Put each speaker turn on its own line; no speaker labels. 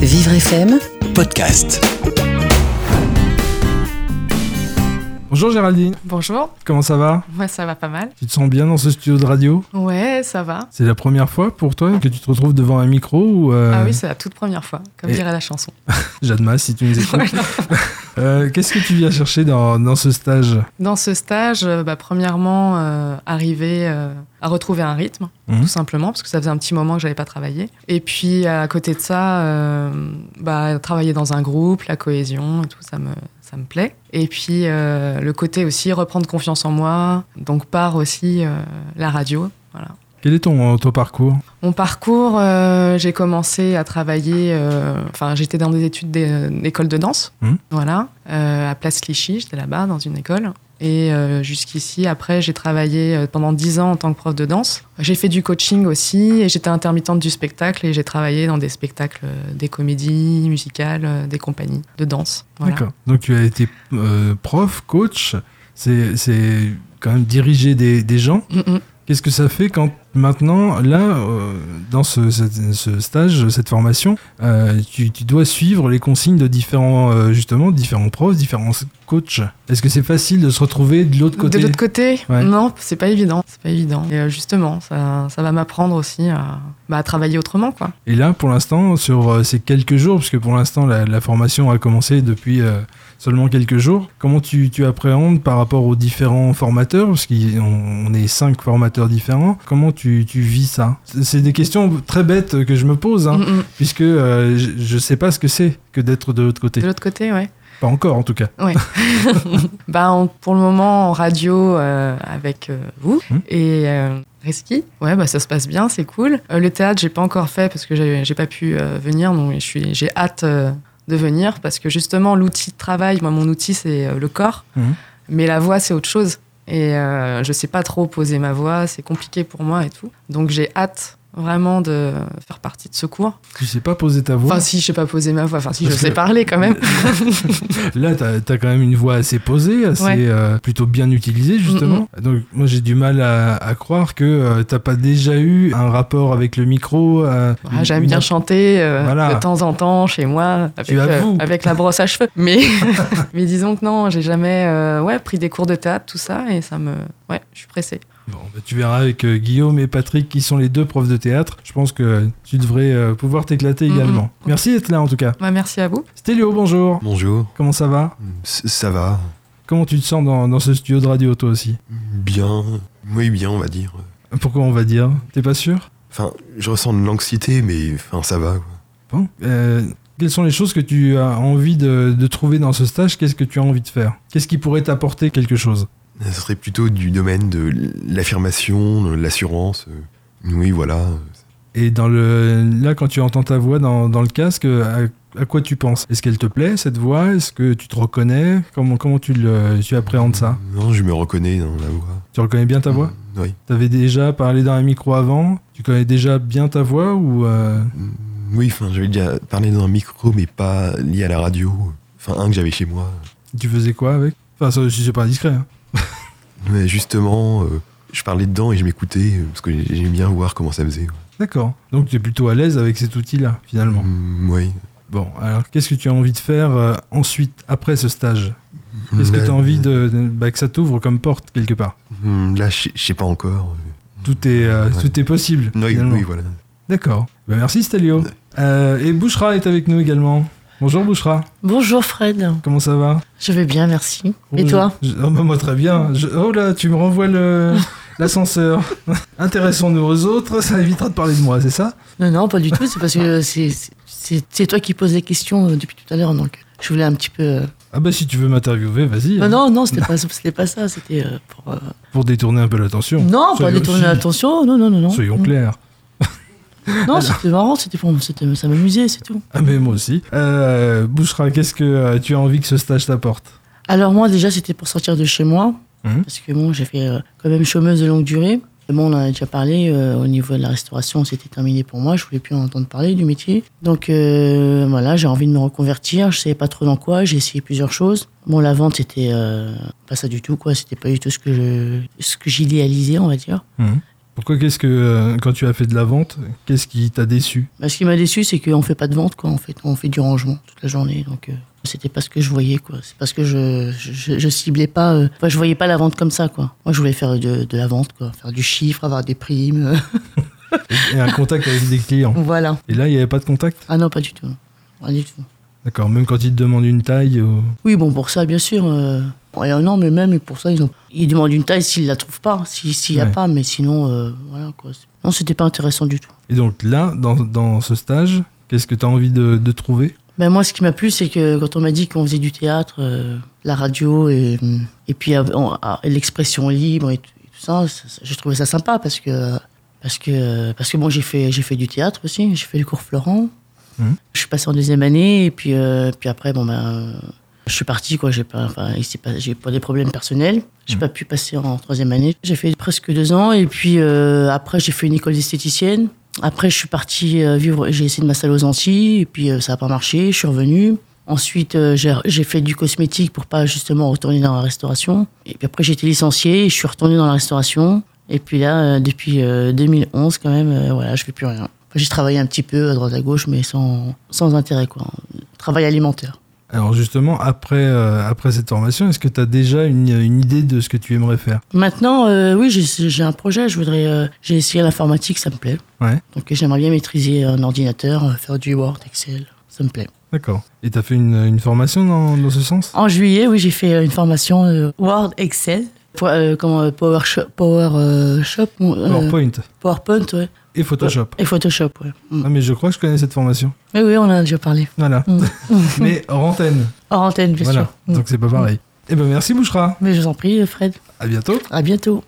Vivre FM,
Podcast.
Bonjour Géraldine,
Bonjour,
comment ça va
moi ça va pas mal.
Tu te sens bien dans ce studio de radio
Ouais, ça va.
C'est la première fois pour toi que tu te retrouves devant un micro ou euh,
Ah oui, c'est la toute première fois, comme
et-
dirait la chanson.
Jade Mas, si tu nous écoutes. Euh, Qu'est-ce que tu viens chercher dans, dans ce stage
Dans ce stage, euh, bah, premièrement, euh, arriver euh, à retrouver un rythme,
Mhm.
tout simplement, parce que ça faisait un petit moment que j'avais pas travaillé. Et puis à côté de ça, euh, bah, travailler dans un groupe, la cohésion et tout, ça me, ça me plaît. Et puis euh, le côté aussi reprendre confiance en moi, donc par aussi euh, la radio. Voilà.
Quel est ton, ton parcours
Mon parcours, euh, j'ai commencé à travailler. euh, Enfin, j'étais dans des études d'é- d'école de danse,
Mhm.
voilà, euh, à Place Clichy. J'étais là-bas dans une école. Et euh, jusqu'ici, après, j'ai travaillé euh, pendant 10 ans en tant que prof de danse. J'ai fait du coaching aussi, et j'étais intermittente du spectacle, et j'ai travaillé dans des spectacles, euh, des comédies musicales, euh, des compagnies de danse. Voilà.
D'accord. Donc tu as été euh, prof, coach, c'est c'est quand même diriger des, des gens.
Mm, mm.
Qu'est-ce que ça fait quand maintenant, là, euh, dans ce, cette- ce stage, cette formation, euh, tu, tu dois suivre les consignes de différents, euh, justement, différents profs, différents coachs Est-ce que c'est facile de se retrouver de l'autre côté
De l'autre côté,
Ouais.
non, c'est pas évident. C'est pas évident. Et euh, justement, ça, ça va m'apprendre aussi à, bah, à travailler autrement, quoi.
Et là, pour l'instant, sur euh, ces quelques jours, puisque pour l'instant, la, la formation a commencé depuis euh, seulement quelques jours, comment tu, tu appréhendes par rapport aux différents formateurs Parce qu'on on est cinq formateurs différents. Comment tu, tu vis ça C'est- C'est des questions très bêtes que je me pose, hein,
Mm, mm.
puisque euh, je- je sais pas ce que c'est que d'être de l'autre côté.
De l'autre côté, ouais.
Pas encore, en tout cas.
Bah, en- pour le moment, en radio euh, avec euh, vous
Mhm.
et euh, Reski. Ouais, bah, ça se passe bien, c'est cool. Euh, le théâtre, j'ai pas encore fait parce que j'ai j'ai pas pu euh, venir, donc je suis- j'ai hâte euh, de venir parce que justement, l'outil de travail, moi, mon outil, c'est euh, le corps,
Mhm.
mais la voix, c'est autre chose. Et euh, je sais pas trop poser ma voix, c'est compliqué pour moi et tout. Donc, j'ai hâte vraiment de faire partie de ce cours.
Tu sais pas poser ta voix.
Enfin, si je sais pas poser ma voix, enfin, si je
Parce
sais
que-
parler quand même.
Là, t'as as quand même une voix assez posée, assez
Ouais.
euh, plutôt bien utilisée, justement. Donc, moi, j'ai du mal à, à croire que euh, t'as pas déjà eu un rapport avec le micro. euh,
Ah,
une-
J'aime
une-
bien chanter euh,
Voilà.
de temps en temps chez moi avec, euh,
Tu avoues.
avec la brosse à cheveux. Mais, mais disons que non, j'ai jamais euh, ouais, pris des cours de théâtre, tout ça, et ça me. Ouais, je suis pressée.
Bon, bah, tu verras avec euh, Guillaume et Patrick, qui sont les deux profs de théâtre. Je pense que tu devrais euh, pouvoir t'éclater
Mhm.
également. Merci d'être là, en tout cas.
Bah, merci à vous.
C'était Léo, bonjour.
Bonjour,
Comment ça va
C- ça va
Comment tu te sens dans, dans ce studio de radio, toi aussi
Bien, oui bien on va dire.
Pourquoi on va dire T'es pas sûr
Enfin, je ressens de l'anxiété, mais enfin ça va. quoi.
Bon. Euh, quelles sont les choses que tu as envie de, de trouver dans ce stage Qu'est-ce que tu as envie de faire Qu'est-ce qui pourrait t'apporter quelque chose
Ce serait plutôt du domaine de l'affirmation, de l'assurance. euh. Oui, voilà.
Et dans le, là, quand tu entends ta voix dans, dans le casque, à, à quoi tu penses Est-ce qu'elle te plaît, cette voix Est-ce que tu te reconnais comment, comment tu, le, tu appréhendes ça
Non, je me reconnais dans la voix.
Tu reconnais bien ta voix
Mm, Oui.
T'avais déjà parlé dans un micro avant Tu connais déjà bien ta voix ou euh,
Mm, Oui, enfin, j'avais déjà parlé dans un micro, mais pas lié à la radio. Enfin, un que j'avais chez moi.
tu faisais quoi avec Enfin, ça, c'est pas indiscret. hein.
Mais justement, euh, je parlais dedans et je m'écoutais, euh, parce que j'aimais bien voir comment ça faisait. ouais.
D'accord. Donc tu es plutôt à l'aise avec cet outil-là, finalement.
Mm, Oui.
Bon, alors qu'est-ce que tu as envie de faire euh, ensuite, après ce stage Qu'est-ce que
Mm, Là-
tu as envie de, de- bah, que ça t'ouvre comme porte quelque part
Mm, Là, je je sais pas encore.
Tout est, euh,
Ouais.
tout est possible.
Oui,
finalement.
oui, voilà.
D'accord. Bah, merci Stelio. Euh, et Bouchra est avec nous également. Bonjour Bouchra,
Bonjour Fred,
comment ça va
je vais bien, merci. Et
Oh,
toi
je- oh, bah, Moi très bien. Je- oh là, tu me renvoies le- l'ascenseur. Intéressons-nous aux autres, ça évitera de parler de moi, c'est ça
Non, non, pas du tout, c'est parce que c'est- c'est- c'est c'est toi qui poses les questions euh, depuis tout à l'heure, donc je voulais un petit peu... euh,
Ah bah si tu veux m'interviewer, vas-y.
Bah, Non,
hein,
non, non, c'était pas, c'était pas ça, c'était euh, pour... euh,
Pour détourner un peu l'attention.
Non, pas
Soyons-
détourner l'attention, Mm. non, non, non, non.
Soyons clairs.
Non, c'était marrant, c'était pour... c'était- Ça m'amusait, c'est tout.
Ah mais moi aussi. Euh, Bouchra, qu'est-ce que euh, tu as envie que ce stage t'apporte
Alors moi déjà c'était pour sortir de chez moi,
Mhm.
parce que bon j'ai fait euh, quand même chômeuse de longue durée. Mais Bon, on en a déjà parlé, euh, au niveau de la restauration, c'était terminé pour moi, je voulais plus en entendre parler du métier. Donc euh, voilà, j'ai envie de me reconvertir, je savais pas trop dans quoi, j'ai essayé plusieurs choses. Bon, la vente, c'était euh, pas ça du tout, quoi, c'était pas du tout ce que je- ce que j'idéalisais, on va dire.
Pourquoi qu'est-ce que euh, quand tu as fait de la vente, qu'est-ce qui t'a déçu
Bah, ce qui m'a déçu, c'est qu'on fait pas de vente, quoi. En fait, on fait du rangement toute la journée, donc euh, c'était pas ce que je voyais, quoi. C'est parce que je, je, je ciblais pas, euh, enfin, je voyais pas la vente comme ça, quoi. Moi, je voulais faire de, de la vente, quoi, faire du chiffre, avoir des primes, euh,
Et un contact avec des clients.
voilà.
Et là, il n'y avait pas de contact
Ah non, pas du tout, pas du tout.
D'accord, même quand ils te demandent une taille. euh,
Oui, bon, pour ça, bien sûr. Euh, ouais, non, mais même pour ça, ils, ont, ils demandent une taille s'ils la trouvent pas, si- s'il y a
Ouais.
pas, mais sinon, euh, voilà, quoi. C'est- Non, c'était pas intéressant du tout.
Et donc là, dans, dans ce stage, qu'est-ce que tu as envie de, de trouver
Ben moi, ce qui m'a plu, c'est que quand on m'a dit qu'on faisait du théâtre, euh, la radio et, et puis euh, on- ah, et l'expression libre et tout, et tout ça, ça- ça- j'ai trouvé ça sympa parce que parce que parce que bon, j'ai fait j'ai fait du théâtre aussi, j'ai fait le cours Florent.
Mhm.
Je suis passé en deuxième année et puis euh, puis après bon ben euh, je suis parti quoi, j'ai pas enfin il s'est pas- j'ai pas des problèmes personnels, j'ai
Mhm.
pas pu passer en troisième année. J'ai fait presque deux ans et puis euh, après j'ai fait une école d'esthéticienne. Après, je suis partie euh, vivre, j'ai essayé de m'installer aux Antilles, et puis euh, ça n'a pas marché, je suis revenue. Ensuite, euh, j'ai j'ai fait du cosmétique pour pas justement retourner dans la restauration. Et puis après, j'ai été licenciée, et je suis retournée dans la restauration. Et puis là, euh, depuis euh, 2011, quand même, euh, voilà, je fais plus rien. Enfin, j'ai travaillé un petit peu à droite à gauche, mais sans, sans intérêt, quoi. Travail alimentaire.
Alors justement, après, euh, après cette formation, est-ce que tu as déjà une, une idée de ce que tu aimerais faire
Maintenant, euh, oui, j'ai j'ai un projet, je voudrais. euh, j'ai essayé l'informatique, ça me plaît.
Ouais.
Donc euh, j'aimerais bien maîtriser un ordinateur, euh, faire du Word, Excel, ça me plaît.
D'accord. Et tu as fait une, une formation dans, dans ce sens
En juillet, oui, j'ai fait euh, une formation euh, Word, Excel, po- euh, comment, euh, PowerShop, Power, euh, Shop, ou, euh,
PowerPoint
PowerPoint, ouais,
et Photoshop.
et Photoshop. Ouais. Mm.
Ah, mais je crois que je connais cette formation.
Mais oui, on en a déjà parlé.
Voilà.
Mm.
mais hors antenne.
Hors antenne, bien
voilà.
sûr. Mm.
Donc c'est pas pareil. Eh ben merci Bouchra.
Mais je vous en prie, Fred.
À bientôt.
À bientôt.